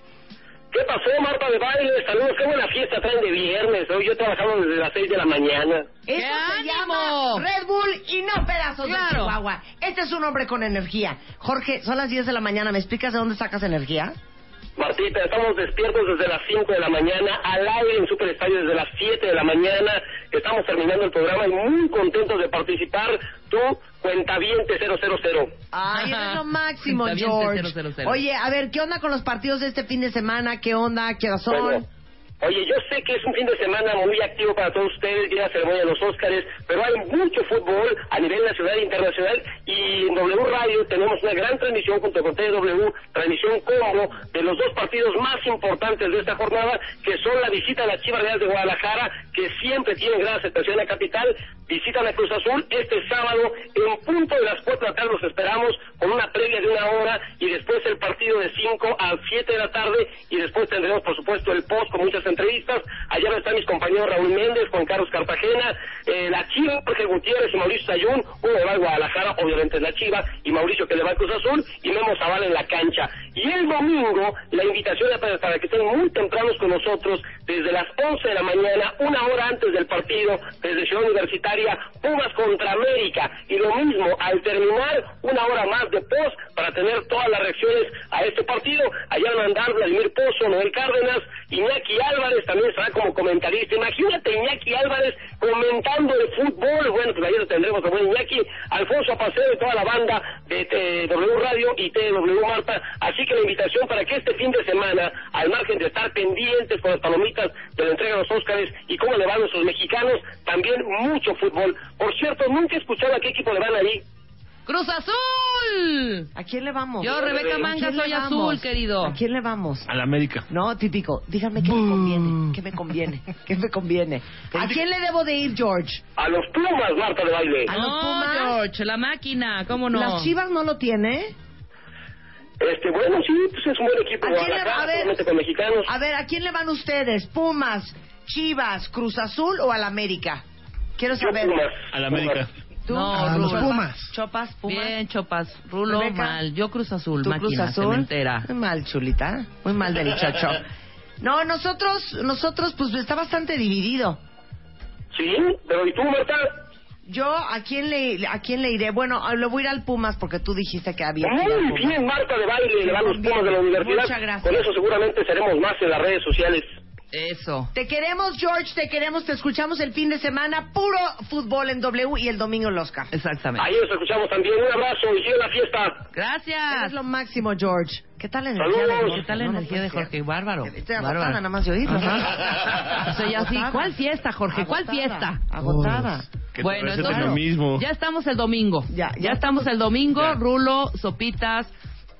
Speaker 13: ¿Qué pasó, Marta de Baile? Saludos, qué buena fiesta traen de viernes. Hoy yo trabajamos desde las 6 de la mañana.
Speaker 1: Esto se llama
Speaker 11: ánimo!
Speaker 1: Red Bull y no pedazos de
Speaker 11: Claro.
Speaker 1: Chihuahua. Este es un hombre con energía. Jorge, son las 10 de la mañana. ¿Me explicas de dónde sacas energía?
Speaker 13: Martita, estamos despiertos desde las 5 de la mañana, al aire en Super Estadio desde las 7 de la mañana. Estamos terminando el programa y muy contentos de participar. Tú, cuentaviente 000.
Speaker 1: Ay,
Speaker 11: Ajá.
Speaker 1: es lo máximo,
Speaker 11: Cuentavientes
Speaker 1: George.
Speaker 11: 000.
Speaker 1: Oye, a ver, ¿qué onda con los partidos de este fin de semana? ¿Qué onda? ¿Qué horas son?
Speaker 13: Bueno, Oye, yo sé que es un fin de semana muy activo para todos ustedes, viene la ceremonia de los Óscares, pero hay mucho fútbol a nivel nacional e internacional y en W Radio tenemos una gran transmisión junto con TW, transmisión combo de los dos partidos más importantes de esta jornada, que son la visita a las Chivas Real de Guadalajara, que siempre tienen gran aceptación en la capital, visita a la Cruz Azul este sábado en punto de las 4 de la tarde los esperamos con una previa de una hora y después el partido de 5 a 7 de la tarde y después tendremos por supuesto el post con muchas entrevistas. Allá van a estar mis compañeros Raúl Méndez, Juan Carlos Cartagena, eh, la Chiva, Jorge Gutiérrez y Mauricio Sayún, uno le va a Guadalajara, obviamente es la Chiva, y Mauricio que le va a Cruz Azul y Memo Zavala en la cancha. Y el domingo la invitación es para, para que estén muy tempranos con nosotros desde las 11 de la mañana, una hora antes del partido, desde Ciudad Universitaria, Pumas contra América. Y lo mismo, al terminar, una hora más de post para tener todas las reacciones a este partido. Allá van a andar Vladimir Pozo, Noel Cárdenas, Iñaki Álvarez también estará como comentarista. Imagínate Iñaki Álvarez comentando el fútbol. Bueno, pues ayer tendremos a buen Iñaki, Alfonso Apacero y toda la banda de TW Radio y TW Marta. Así que la invitación para que este fin de semana, al margen de estar pendientes con las palomitas de la entrega de los Óscares y cómo le van a sus mexicanos, también mucho fútbol. Por cierto, nunca he escuchado a qué equipo le van ahí.
Speaker 11: ¡Cruz Azul!
Speaker 1: ¿A quién le vamos?
Speaker 11: Yo, Rebeca Manga,
Speaker 1: quién le
Speaker 11: soy
Speaker 1: vamos?
Speaker 11: azul, querido.
Speaker 1: ¿A quién le vamos?
Speaker 9: A la América.
Speaker 1: No, típico. Díganme qué me conviene. ¿Qué me conviene? ¿Qué me conviene? ¿A quién le debo de ir, George?
Speaker 13: A los Pumas, Marta de Baile.
Speaker 1: ¿A los
Speaker 11: No,
Speaker 1: Pumas?
Speaker 11: George, la máquina, ¿cómo no?
Speaker 1: ¿Las Chivas no lo tiene?
Speaker 13: Este, bueno, sí, pues es un buen equipo.
Speaker 1: ¿A quién le va? A
Speaker 13: Guadalajara,
Speaker 1: ver.
Speaker 13: solamente con mexicanos.
Speaker 1: A ver, ¿a quién le van ustedes? ¿Pumas, Chivas, Cruz Azul o al América? Quiero
Speaker 13: Yo,
Speaker 1: saber.
Speaker 13: Pumas.
Speaker 9: A la América.
Speaker 1: ¿Tú?
Speaker 11: No,
Speaker 12: A los
Speaker 11: Rulo.
Speaker 12: Pumas.
Speaker 1: Chopas, Pumas.
Speaker 11: Bien, Chopas. Rulo,
Speaker 1: Rebeca.
Speaker 11: mal. Yo Cruz Azul,
Speaker 1: ¿Tú,
Speaker 11: máquina,
Speaker 1: Cruz Azul?
Speaker 11: cementera.
Speaker 1: Muy mal, chulita. Muy mal del chocho. No, nosotros, nosotros, pues está bastante dividido.
Speaker 13: Sí, pero ¿y tú, Marta?
Speaker 1: Yo, ¿a quién le, a quién le iré? Bueno, a- le voy a ir al Pumas porque tú dijiste que había. que ir al
Speaker 13: Muy
Speaker 1: Pumas.
Speaker 13: bien, Marta de Baile, le van los
Speaker 1: Muy
Speaker 13: pumas de la
Speaker 1: bien.
Speaker 13: universidad.
Speaker 1: Muchas gracias.
Speaker 13: Con eso seguramente seremos más en las redes sociales.
Speaker 11: Eso.
Speaker 1: Te queremos, George, te queremos, te escuchamos el fin de semana. Puro fútbol en W y el domingo en Losca.
Speaker 11: Exactamente.
Speaker 13: Ahí nos escuchamos también. Un abrazo y sigue la fiesta.
Speaker 11: Gracias.
Speaker 1: Eres lo máximo, George. ¿Qué tal la energía
Speaker 13: Saludos.
Speaker 1: de Jorge?
Speaker 13: ¿Qué tal
Speaker 11: la
Speaker 1: No, no
Speaker 11: energía de
Speaker 1: puede
Speaker 11: Jorge? Bárbaro.
Speaker 1: Estoy
Speaker 11: Bárbaro.
Speaker 1: agotada nada más de oírlo.
Speaker 11: Ajá. Soy así.
Speaker 1: Agotada.
Speaker 11: ¿Cuál fiesta, Jorge? ¿Cuál fiesta?
Speaker 1: Agotada.
Speaker 9: Que te receten lo mismo.
Speaker 11: ya estamos el domingo. Ya, estamos el domingo. Rulo, sopitas,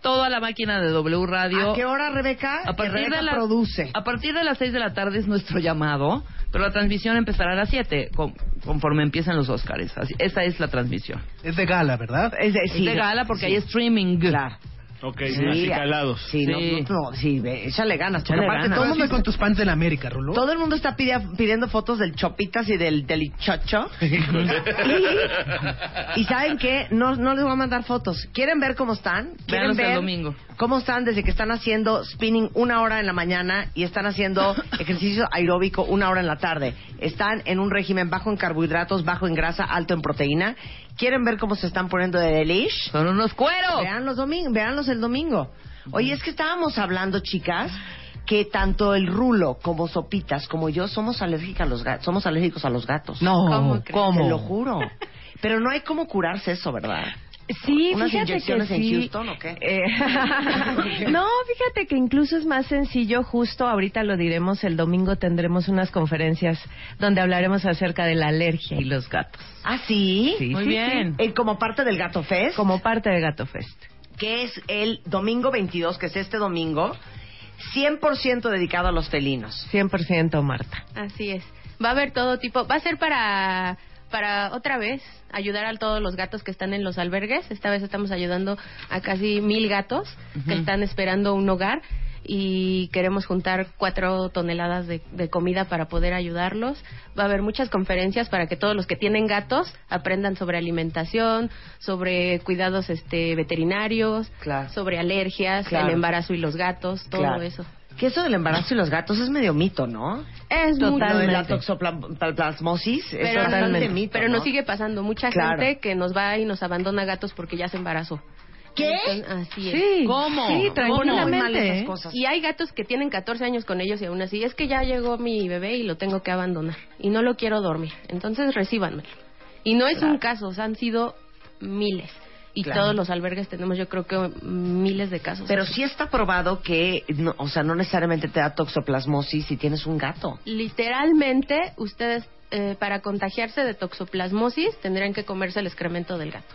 Speaker 11: toda la máquina de W Radio.
Speaker 1: ¿A
Speaker 12: Ah,
Speaker 1: qué hora, Rebeca?
Speaker 11: A partir
Speaker 1: Rebeca
Speaker 11: de las-
Speaker 1: produce.
Speaker 11: A partir de las 6 de la tarde es nuestro llamado, pero la transmisión empezará a las 7, con- conforme empiezan los Óscares. Así- Esa es la transmisión.
Speaker 12: Es de gala, ¿verdad?
Speaker 1: Es de,
Speaker 11: es de gala porque hay streaming. Claro.
Speaker 9: Ok,
Speaker 1: Sí,
Speaker 9: así calados.
Speaker 1: Sí, no, no, no, sí, ve, échale ganas. Porque
Speaker 12: Aparte,
Speaker 1: aparte todo el mundo
Speaker 12: con tus pants de la América, Rulo.
Speaker 1: Todo el mundo está pide- pidiendo fotos del Chopitas y del Delichocho. y, y saben qué, no, no les voy a mandar fotos. ¿Quieren ver cómo están? ¿Quieren
Speaker 11: Véanlos el
Speaker 1: ver
Speaker 11: domingo.
Speaker 1: cómo están desde que están haciendo spinning una hora en la mañana y están haciendo ejercicio aeróbico una hora en la tarde? Están en un régimen bajo en carbohidratos, bajo en grasa, alto en proteína. ¿Quieren ver cómo se están poniendo de delish?
Speaker 11: Son unos cueros.
Speaker 1: Vean los domingos, veanlos el domingo. Oye, es que estábamos hablando, chicas, que tanto el rulo como Sopitas como yo somos alérgicas a los gatos, somos alérgicos a los gatos. No,
Speaker 11: ¿Cómo crees? ¿cómo?
Speaker 1: Te lo juro. Pero no hay cómo curarse eso, ¿verdad?
Speaker 14: Sí,
Speaker 1: ¿Unas
Speaker 14: fíjate
Speaker 1: inyecciones
Speaker 14: que
Speaker 1: en
Speaker 14: sí.
Speaker 1: Houston o qué?
Speaker 14: Eh, no, fíjate que incluso es más sencillo, justo ahorita lo diremos, el domingo tendremos unas conferencias donde hablaremos acerca de la alergia y los gatos.
Speaker 1: ¿Ah, sí?
Speaker 14: Sí, Muy sí, bien.
Speaker 1: Eh, como parte del Gato Fest.
Speaker 14: Como parte de Gato Fest.
Speaker 1: que es el domingo 22, que es este domingo, 100% dedicado a los felinos.
Speaker 14: 100% Marta.
Speaker 15: Así es. Va a haber todo tipo. Va a ser para para otra vez ayudar a todos los gatos que están en los albergues. Esta vez estamos ayudando a casi mil gatos que
Speaker 16: Ujú.
Speaker 15: están esperando un hogar y queremos juntar cuatro toneladas de, de comida para poder ayudarlos. Va a haber muchas conferencias para que todos los que tienen gatos aprendan sobre alimentación, sobre cuidados este veterinarios, sobre alergias,
Speaker 1: Claro.
Speaker 15: el embarazo y los gatos, todo
Speaker 1: Claro.
Speaker 15: eso.
Speaker 1: Que eso del embarazo y los gatos es medio mito, ¿no?
Speaker 15: Es
Speaker 1: Lo de la
Speaker 15: Totalmente.
Speaker 1: toxoplasmosis es
Speaker 15: pero,
Speaker 1: bastante
Speaker 15: nos,
Speaker 1: mito,
Speaker 15: pero
Speaker 1: ¿no?
Speaker 15: nos sigue pasando mucha
Speaker 1: Claro.
Speaker 15: gente que nos va y nos abandona gatos porque ya se embarazó.
Speaker 1: ¿Qué?
Speaker 15: Entonces, así es.
Speaker 14: Sí. ¿Cómo? Sí, tranquilamente.
Speaker 15: Muy mal esas
Speaker 14: cosas.
Speaker 15: Y hay gatos que tienen 14 años con ellos y aún así, es que ya llegó mi bebé y lo tengo que abandonar y no lo quiero dormir. Entonces, recíbanmelo. Y no es un caso, o sea, han sido miles. Y
Speaker 1: Claro.
Speaker 15: todos los albergues tenemos, yo creo que miles de casos.
Speaker 1: Pero sí está probado que, no, o sea, no necesariamente te da toxoplasmosis si tienes un gato.
Speaker 15: Literalmente, ustedes eh, para contagiarse de toxoplasmosis tendrían que comerse el excremento del gato.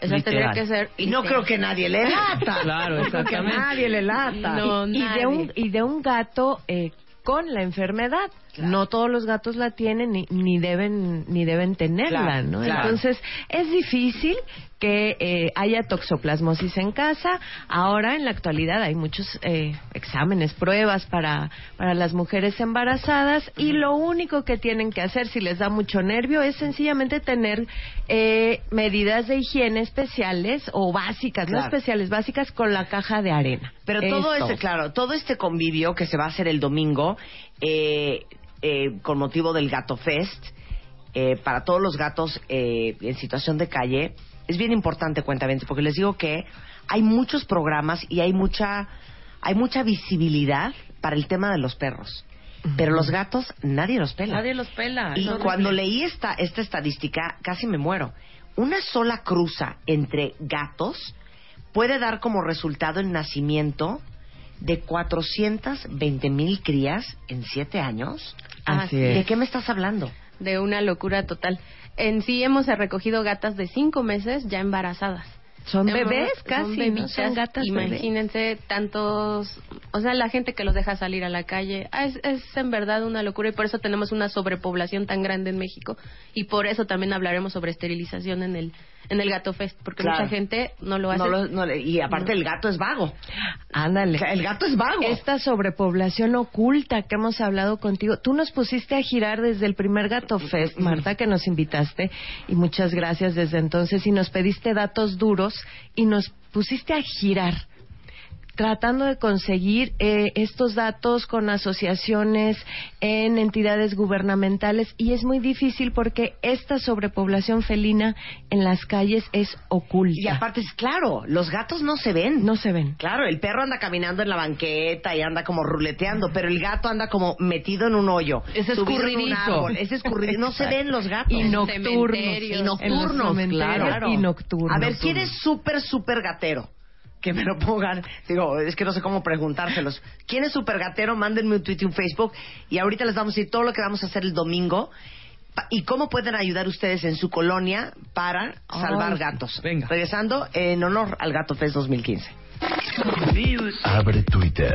Speaker 15: Eso tendría
Speaker 1: Literal.
Speaker 15: que ser.
Speaker 1: Y no creo que nadie le lata.
Speaker 14: Claro,
Speaker 1: No creo que a
Speaker 14: exactamente.
Speaker 1: nadie le lata.
Speaker 15: No,
Speaker 14: y, y de
Speaker 15: nadie.
Speaker 14: un, y de un gato eh, con la enfermedad. No todos los gatos la tienen ni, ni deben ni deben tenerla,
Speaker 16: Claro,
Speaker 14: ¿no?
Speaker 16: claro.
Speaker 14: Entonces es difícil que eh, haya toxoplasmosis en casa. Ahora en la actualidad hay muchos eh, exámenes, pruebas para para las mujeres embarazadas y lo único que tienen que hacer si les da mucho nervio es sencillamente tener eh, medidas de higiene especiales o básicas, no
Speaker 1: Claro.
Speaker 14: especiales, básicas con la caja de arena.
Speaker 1: Pero todo
Speaker 14: Eso.
Speaker 1: este, claro, todo este convivio que se va a hacer el domingo eh, eh, con motivo del Gato Fest eh, para todos los gatos eh, en situación de calle es bien importante, cuentamente, porque les digo que hay muchos programas y hay mucha hay mucha visibilidad para el tema de los perros, pero los gatos nadie los pela.
Speaker 11: Nadie los pela.
Speaker 1: Y
Speaker 11: No,
Speaker 1: cuando
Speaker 11: no.
Speaker 1: leí esta, esta estadística, casi me muero. Una sola cruza entre gatos puede dar como resultado el nacimiento de 420 mil crías en siete años.
Speaker 15: Así
Speaker 1: ¿De
Speaker 15: es.
Speaker 1: qué me estás hablando?
Speaker 15: de una locura total. En sí hemos recogido gatas de cinco meses ya embarazadas.
Speaker 14: Son
Speaker 15: Hemos-
Speaker 14: bebés
Speaker 15: son
Speaker 14: casi, ¿no?
Speaker 15: bebitas,
Speaker 14: Son gatas bebé.
Speaker 15: Imagínense tantos, o sea, la gente que los deja salir a la calle. Ah, Es, es en verdad una locura y por eso tenemos una sobrepoblación tan grande en México y por eso también hablaremos sobre esterilización en el en el Gato Fest, porque
Speaker 1: Claro.
Speaker 15: mucha gente no lo hace.
Speaker 1: No lo- no le- y aparte el gato es vago.
Speaker 14: Ándale.
Speaker 1: El gato es vago.
Speaker 14: Esta sobrepoblación oculta que hemos hablado contigo. Tú nos pusiste a girar desde el primer Gato Fest, Marta, que nos invitaste, y muchas gracias desde entonces, y nos pediste datos duros y nos pusiste a girar. tratando de conseguir eh, estos datos con asociaciones en entidades gubernamentales y es muy difícil porque esta sobrepoblación felina en las calles es oculta.
Speaker 1: Y aparte es claro, los gatos no se ven.
Speaker 14: No se ven.
Speaker 1: Claro, el perro anda caminando en la banqueta y anda como ruleteando, pero el gato anda como metido en un hoyo.
Speaker 11: Es
Speaker 1: subido en un
Speaker 11: escurridizo.
Speaker 1: árbol, Es escurridizo. No se
Speaker 11: Exacto.
Speaker 1: ven los gatos.
Speaker 14: Y
Speaker 1: En los
Speaker 14: nocturnos.
Speaker 1: cementerios, Y
Speaker 14: En los
Speaker 1: nocturnos,
Speaker 14: cementerios
Speaker 1: claro.
Speaker 14: y nocturnos.
Speaker 1: A ver, ¿quién es súper, súper gatero? Que me lo pongan. Digo, es que no sé cómo preguntárselos. ¿Quién es súper gatero? Mándenme un tweet y un Facebook. Y ahorita les vamos a decir todo lo que vamos a hacer el domingo. Pa- ¿Y cómo pueden ayudar ustedes en su colonia para salvar
Speaker 11: Ay,
Speaker 1: gatos? Regresando en honor al Gato Fest 2015.
Speaker 16: Abre Twitter.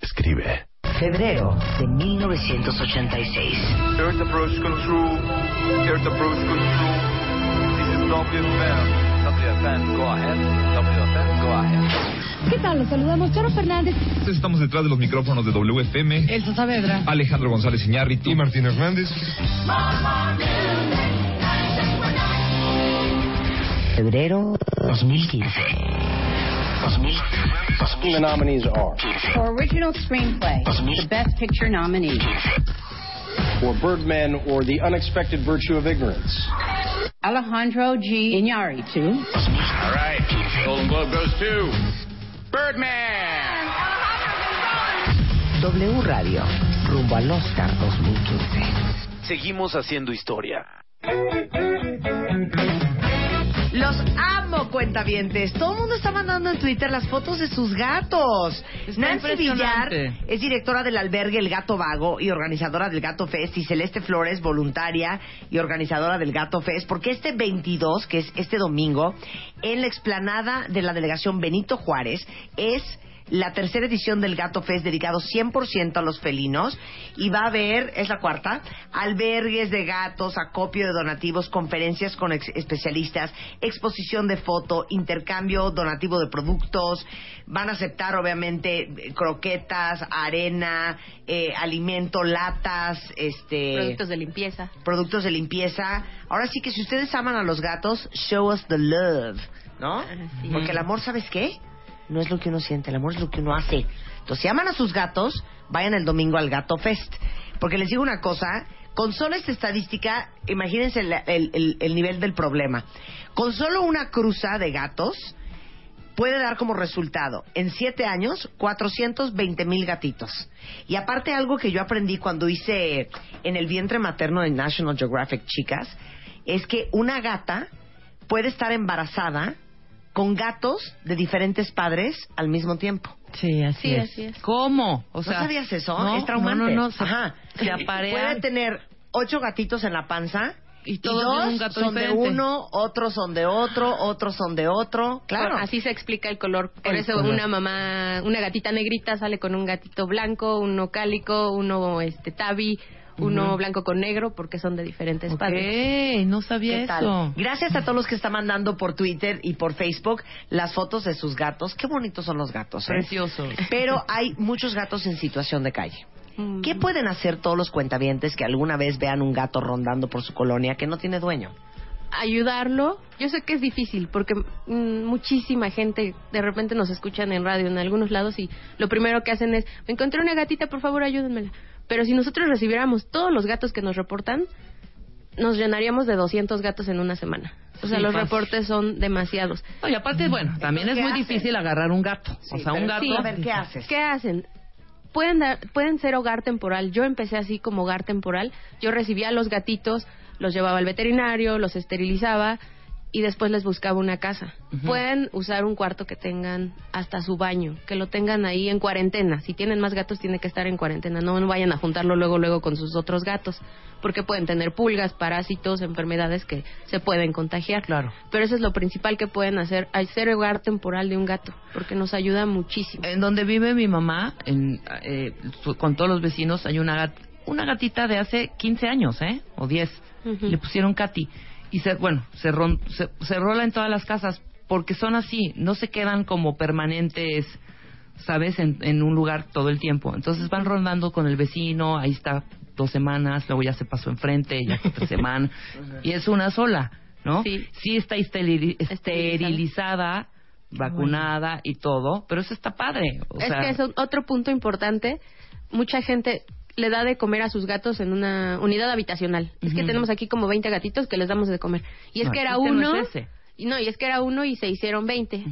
Speaker 16: Escribe.
Speaker 1: Febrero de 1986.
Speaker 4: Earth approach control. Earth approach control. This is WFM. WFM, go ahead. WFM, go ahead.
Speaker 17: ¿Qué tal? Los saludamos Charo Fernández.
Speaker 18: Estamos detrás de los micrófonos de WFM.
Speaker 17: Elsa Saavedra.
Speaker 18: Alejandro González Iñárritu y Martín Hernández.
Speaker 1: Febrero 2015.
Speaker 7: The nominees are
Speaker 8: For original screenplay, the Best Picture nominee.
Speaker 7: For Birdman or The Unexpected Virtue of Ignorance.
Speaker 8: Alejandro G. Iñárritu.
Speaker 4: All right. Golden Globe goes to Birdman.
Speaker 1: W Radio, rumbo al Oscar 2015.
Speaker 19: Seguimos haciendo historia.
Speaker 1: Los amo, cuentavientes. Todo el mundo está mandando en Twitter las fotos de sus gatos.
Speaker 11: Está
Speaker 1: Nancy Villar
Speaker 11: impresionante.
Speaker 1: es directora del albergue El Gato Vago y organizadora del Gato Fest. Y Celeste Flores, voluntaria y organizadora del Gato Fest. Porque este 22, que es este domingo, en la explanada de la delegación Benito Juárez, es la tercera edición del Gato Fest dedicado 100% a los felinos y va a haber, es la cuarta, albergues de gatos, acopio de donativos, conferencias con ex- especialistas, exposición de foto, intercambio donativo de productos, van a aceptar obviamente eh, croquetas, arena, eh, alimento, latas, este
Speaker 15: Productos de limpieza.
Speaker 1: productos de limpieza. Ahora sí que si ustedes aman a los gatos, show us the love, ¿no? Porque el amor, ¿sabes qué? No es lo que uno siente, el amor es lo que uno hace. Entonces, si aman a sus gatos, vayan el domingo al Gato Fest. Porque les digo una cosa, con solo esta estadística, imagínense el, el- el- el nivel del problema. Con solo una cruza de gatos puede dar como resultado, en siete años, 420 mil gatitos. Y aparte algo que yo aprendí cuando hice en el vientre materno de National Geographic, chicas, es que una gata puede estar embarazada con gatos de diferentes padres al mismo tiempo.
Speaker 14: Sí, así
Speaker 1: Sí,
Speaker 14: es.
Speaker 1: así es.
Speaker 11: ¿Cómo? O sea,
Speaker 1: ¿No sabías eso?
Speaker 11: no,
Speaker 1: es traumante.
Speaker 11: no, no, se- se aparean.
Speaker 1: Puede tener ocho gatitos en la panza.
Speaker 11: Y todos de
Speaker 1: dos
Speaker 11: un gato
Speaker 1: son
Speaker 11: diferente.
Speaker 1: de uno, otros son de otro, otros son de otro. Claro.
Speaker 15: Así se explica el color. Por
Speaker 1: El
Speaker 15: eso
Speaker 1: color.
Speaker 15: una mamá, una gatita negrita sale con un gatito blanco, uno cálico, uno este tabi, uno
Speaker 11: Ujú.
Speaker 15: blanco con negro, porque son de diferentes padres.
Speaker 11: Ok, no sabía
Speaker 1: ¿Qué tal?
Speaker 11: eso.
Speaker 1: Gracias a todos los que están mandando por Twitter y por Facebook las fotos de sus gatos. Qué bonitos son los gatos. ¿eh?
Speaker 11: Preciosos.
Speaker 1: Pero hay muchos gatos en situación de calle. ¿Qué pueden hacer todos los cuentavientes que alguna vez vean un gato rondando por su colonia que no tiene dueño?
Speaker 15: Ayudarlo, yo sé que es difícil, porque mm, muchísima gente de repente nos escuchan en radio en algunos lados y lo primero que hacen es, me encontré una gatita, por favor ayúdenmela. Pero si nosotros recibiéramos todos los gatos que nos reportan, nos llenaríamos de 200 gatos en una semana. O sea,
Speaker 11: Sí,
Speaker 15: los
Speaker 11: fácil.
Speaker 15: reportes son demasiados.
Speaker 11: No, y aparte, bueno, también es
Speaker 15: ¿qué
Speaker 11: muy
Speaker 15: haces?
Speaker 11: difícil agarrar un gato. o sea, un gato.
Speaker 15: Sí. ¿Qué hacen? Pueden, dar- pueden ser hogar temporal. Yo empecé así como hogar temporal. Yo recibía a los gatitos, los llevaba al veterinario, los esterilizaba y después les buscaba una casa. Pueden usar un cuarto que tengan hasta su baño, que lo tengan ahí en cuarentena. Si tienen más gatos, tiene que estar en cuarentena. No, no vayan a juntarlo luego, luego con sus otros gatos, porque pueden tener pulgas, parásitos, enfermedades que se pueden contagiar.
Speaker 11: Claro.
Speaker 15: Pero eso es lo principal que pueden hacer, hacer hogar temporal de un gato, porque nos ayuda muchísimo.
Speaker 11: En donde vive mi mamá, en, eh, su- con todos los vecinos, hay una, gat- una gatita de hace 15 años, ¿eh? O 10. Le pusieron Katy. Y se, bueno, se, ron- se, se rola en todas las casas porque son así, no se quedan como permanentes, ¿sabes? En, en un lugar todo el tiempo. Entonces van rondando con el vecino, ahí está dos semanas, luego ya se pasó enfrente, ya otra semana. y es una sola, ¿no? Sí, está esteli- esterilizada, vacunada y todo, pero eso está padre. O
Speaker 15: es
Speaker 11: sea,
Speaker 15: que es un- otro punto importante. Mucha gente le da de comer a sus gatos en una unidad habitacional. Es que
Speaker 11: Ujú.
Speaker 15: tenemos aquí como 20 gatitos que les damos de comer. Y es
Speaker 11: No,
Speaker 15: que era
Speaker 11: este no
Speaker 15: uno.
Speaker 11: es ese.
Speaker 15: y no, y es que era uno y se hicieron 20.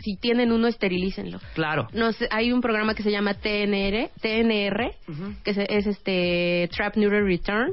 Speaker 15: Si tienen uno, esterilícenlo.
Speaker 11: Claro.
Speaker 15: No sé, hay un programa que se llama TNR, TNR que se- es este Trap Neuter Return.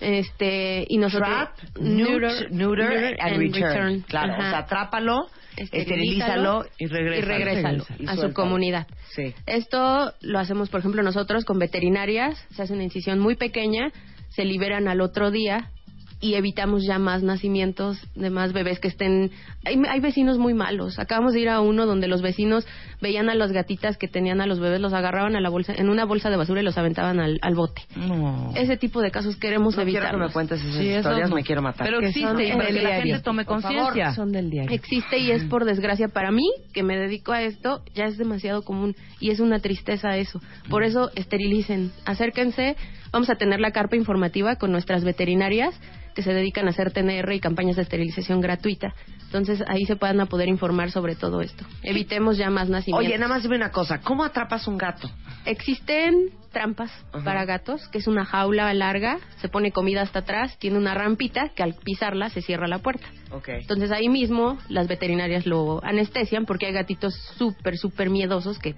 Speaker 15: Este, y nosotros
Speaker 1: Trap, neuter, neuter and return. Claro, o sea, atrápalo, esterilízalo y regrésalo.
Speaker 15: a
Speaker 1: Y
Speaker 15: su
Speaker 1: suéltalo.
Speaker 15: comunidad.
Speaker 1: Sí.
Speaker 15: Esto lo hacemos, por ejemplo, nosotros con veterinarias, se hace una incisión muy pequeña, se liberan al otro día y evitamos ya más nacimientos de más bebés que estén... Hay, hay vecinos muy malos. Acabamos de ir a uno donde los vecinos veían a las gatitas que tenían a los bebés, los agarraban a la bolsa, en una bolsa de basura y los aventaban al, al bote.
Speaker 11: No.
Speaker 15: Ese tipo de casos queremos
Speaker 1: No quiero
Speaker 15: evitar.
Speaker 1: que me cuentes esas Sí, esas historias, no. me quiero matar. Pero existe, y para que la gente tome conciencia.
Speaker 15: Son del diario. Existe y es por desgracia para mí, que me dedico a esto, ya es demasiado común y es una tristeza eso. Por eso esterilicen, acérquense, vamos a tener la carpa informativa con nuestras veterinarias que se dedican a hacer TNR y campañas de esterilización gratuita. Entonces ahí se puedan a poder informar sobre todo esto. Evitemos ya más nacimientos.
Speaker 1: Oye, nada más dime una cosa, ¿cómo atrapas un gato?
Speaker 15: Existen trampas para gatos, que es una jaula larga, se pone comida hasta atrás, tiene una rampita que al pisarla se cierra la puerta.
Speaker 1: Ok.
Speaker 15: Entonces ahí mismo las veterinarias lo anestesian porque hay gatitos súper, súper miedosos que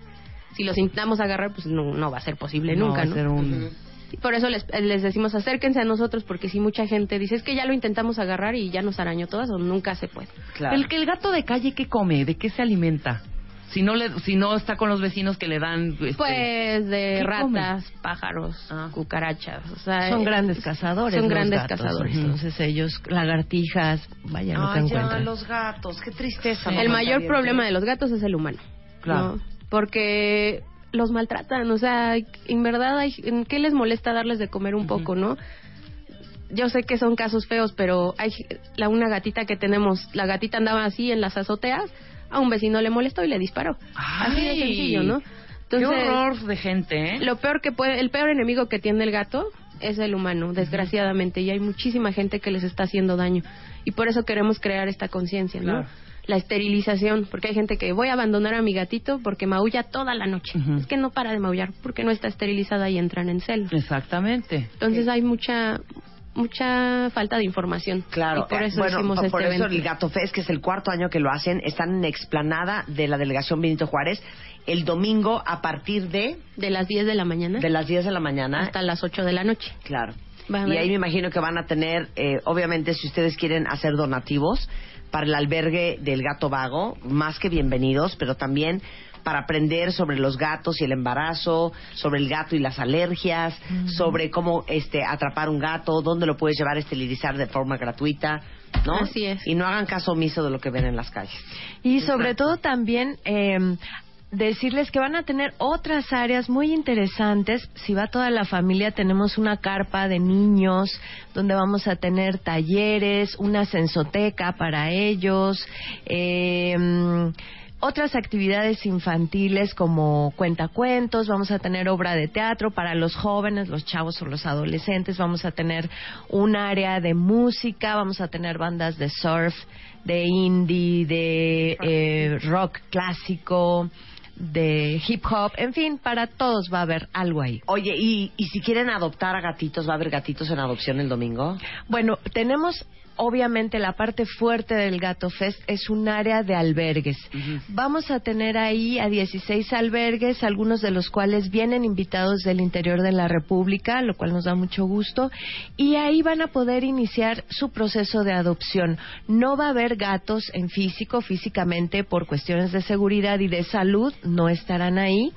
Speaker 15: si los intentamos agarrar pues no, no va a ser posible
Speaker 11: no,
Speaker 15: nunca,
Speaker 11: va a
Speaker 15: ¿no?
Speaker 11: ser un-
Speaker 15: Y por eso les, les decimos acérquense a nosotros porque si mucha gente dice es que ya lo intentamos agarrar y ya nos arañó todas o nunca se puede.
Speaker 11: El que el gato de calle qué come, de qué se alimenta. Si no le, si no está con los vecinos que le dan este,
Speaker 15: Pues de
Speaker 11: ¿Qué Ah.
Speaker 15: ratas, pájaros, cucarachas. O sea,
Speaker 14: Son
Speaker 15: eh,
Speaker 14: grandes cazadores.
Speaker 15: Son
Speaker 14: los
Speaker 15: grandes
Speaker 14: gatos,
Speaker 15: cazadores.
Speaker 14: Entonces ellos, lagartijas, vaya,
Speaker 11: Ah,
Speaker 14: no te
Speaker 1: Ay, ya,
Speaker 14: encuentran.
Speaker 1: los gatos, qué tristeza.
Speaker 15: El mayor problema de los gatos es el humano.
Speaker 14: Claro.
Speaker 15: ¿no? Porque los maltratan, o sea, en verdad, hay, ¿en qué les molesta darles de comer un poco, no? Yo sé que son casos feos, pero hay la una gatita que tenemos, la gatita andaba así en las azoteas, a un vecino le molestó y le disparó. Así de
Speaker 11: Ay,
Speaker 15: sencillo, ¿no?
Speaker 11: qué horror de gente, ¿eh?
Speaker 15: Lo peor que puede, el peor enemigo que tiene el gato es el humano, desgraciadamente, y hay muchísima gente que les está haciendo daño. Y por eso queremos crear esta conciencia, ¿no?
Speaker 11: Claro.
Speaker 15: La esterilización, porque hay gente que voy a abandonar a mi gatito porque maulla toda la noche. Es que no para de maullar porque no está esterilizada y entran en celo.
Speaker 11: Exactamente.
Speaker 15: Entonces hay mucha mucha falta de información.
Speaker 1: Claro, eh,
Speaker 15: Y por eso
Speaker 1: bueno,
Speaker 15: hicimos
Speaker 1: por
Speaker 15: este
Speaker 1: eso
Speaker 15: evento.
Speaker 1: el Gato Fest, que es el cuarto año que lo hacen, están en explanada de la delegación Benito Juárez el domingo a partir de
Speaker 15: de las 10 de la mañana
Speaker 1: de las 10 de la mañana
Speaker 15: hasta las 8 de la noche.
Speaker 1: Claro.
Speaker 15: Va a
Speaker 1: Y
Speaker 15: haber-
Speaker 1: ahí me imagino que van a tener, eh, obviamente, si ustedes quieren hacer donativos para el albergue del gato vago, más que bienvenidos, pero también para aprender sobre los gatos y el embarazo, sobre el gato y las alergias,
Speaker 14: Mm.
Speaker 1: sobre cómo este atrapar un gato, dónde lo puedes llevar a esterilizar de forma gratuita, ¿no?
Speaker 14: Así es.
Speaker 1: Y no hagan caso omiso de lo que ven en las calles.
Speaker 14: Y sobre todo también eh, decirles que van a tener otras áreas muy interesantes. Si va toda la familia, tenemos una carpa de niños donde vamos a tener talleres, una sensoteca para ellos. eh, otras actividades infantiles como cuentacuentos, vamos a tener obra de teatro para los jóvenes, los chavos o los adolescentes, vamos a tener un área de música, vamos a tener bandas de surf, de indie, de eh, rock clásico, de hip hop, en fin, para todos va a haber algo ahí.
Speaker 1: Oye, y, y si quieren adoptar a gatitos, ¿va a haber gatitos en adopción el domingo?
Speaker 14: Bueno, tenemos obviamente la parte fuerte del Gato Fest es un área de albergues. Vamos a tener ahí a 16 albergues, algunos de los cuales vienen invitados del interior de la República, lo cual nos da mucho gusto, y ahí van a poder iniciar su proceso de adopción. No va a haber gatos en físico, físicamente, por cuestiones de seguridad y de salud, no estarán ahí,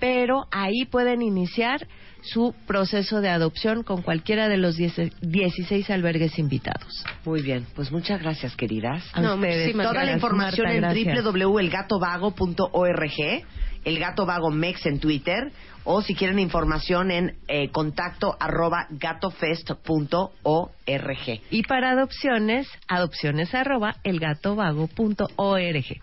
Speaker 14: pero ahí pueden iniciar su proceso de adopción con cualquiera de los 10 16 albergues invitados.
Speaker 1: Muy bien, pues muchas gracias, queridas.
Speaker 14: A
Speaker 1: No,
Speaker 14: ustedes.
Speaker 1: muchísimas Toda la
Speaker 14: gracias,
Speaker 1: información
Speaker 14: Marta, gracias.
Speaker 1: en www.elgatovago.org, el Gato Vago Mex en Twitter, o si quieren información en eh, contacto arroba gatofest.org.
Speaker 14: Y para adopciones, adopciones arroba elgatovago.org.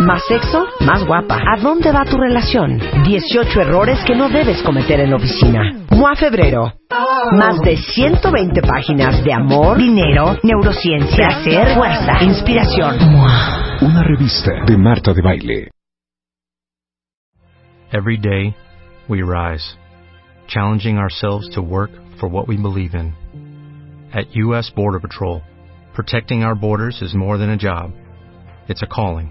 Speaker 1: Más sexo, más guapa. ¿A dónde va tu relación? 18 errores que no debes cometer en la oficina. MOA Febrero. Más de 120 páginas de amor, dinero, neurociencia, placer, fuerza, inspiración.
Speaker 20: Una revista de Marta de Baile.
Speaker 21: Every day, we rise, challenging ourselves to work for what we believe in. At U.S. Border Patrol, protecting our borders is more than a job, it's a calling.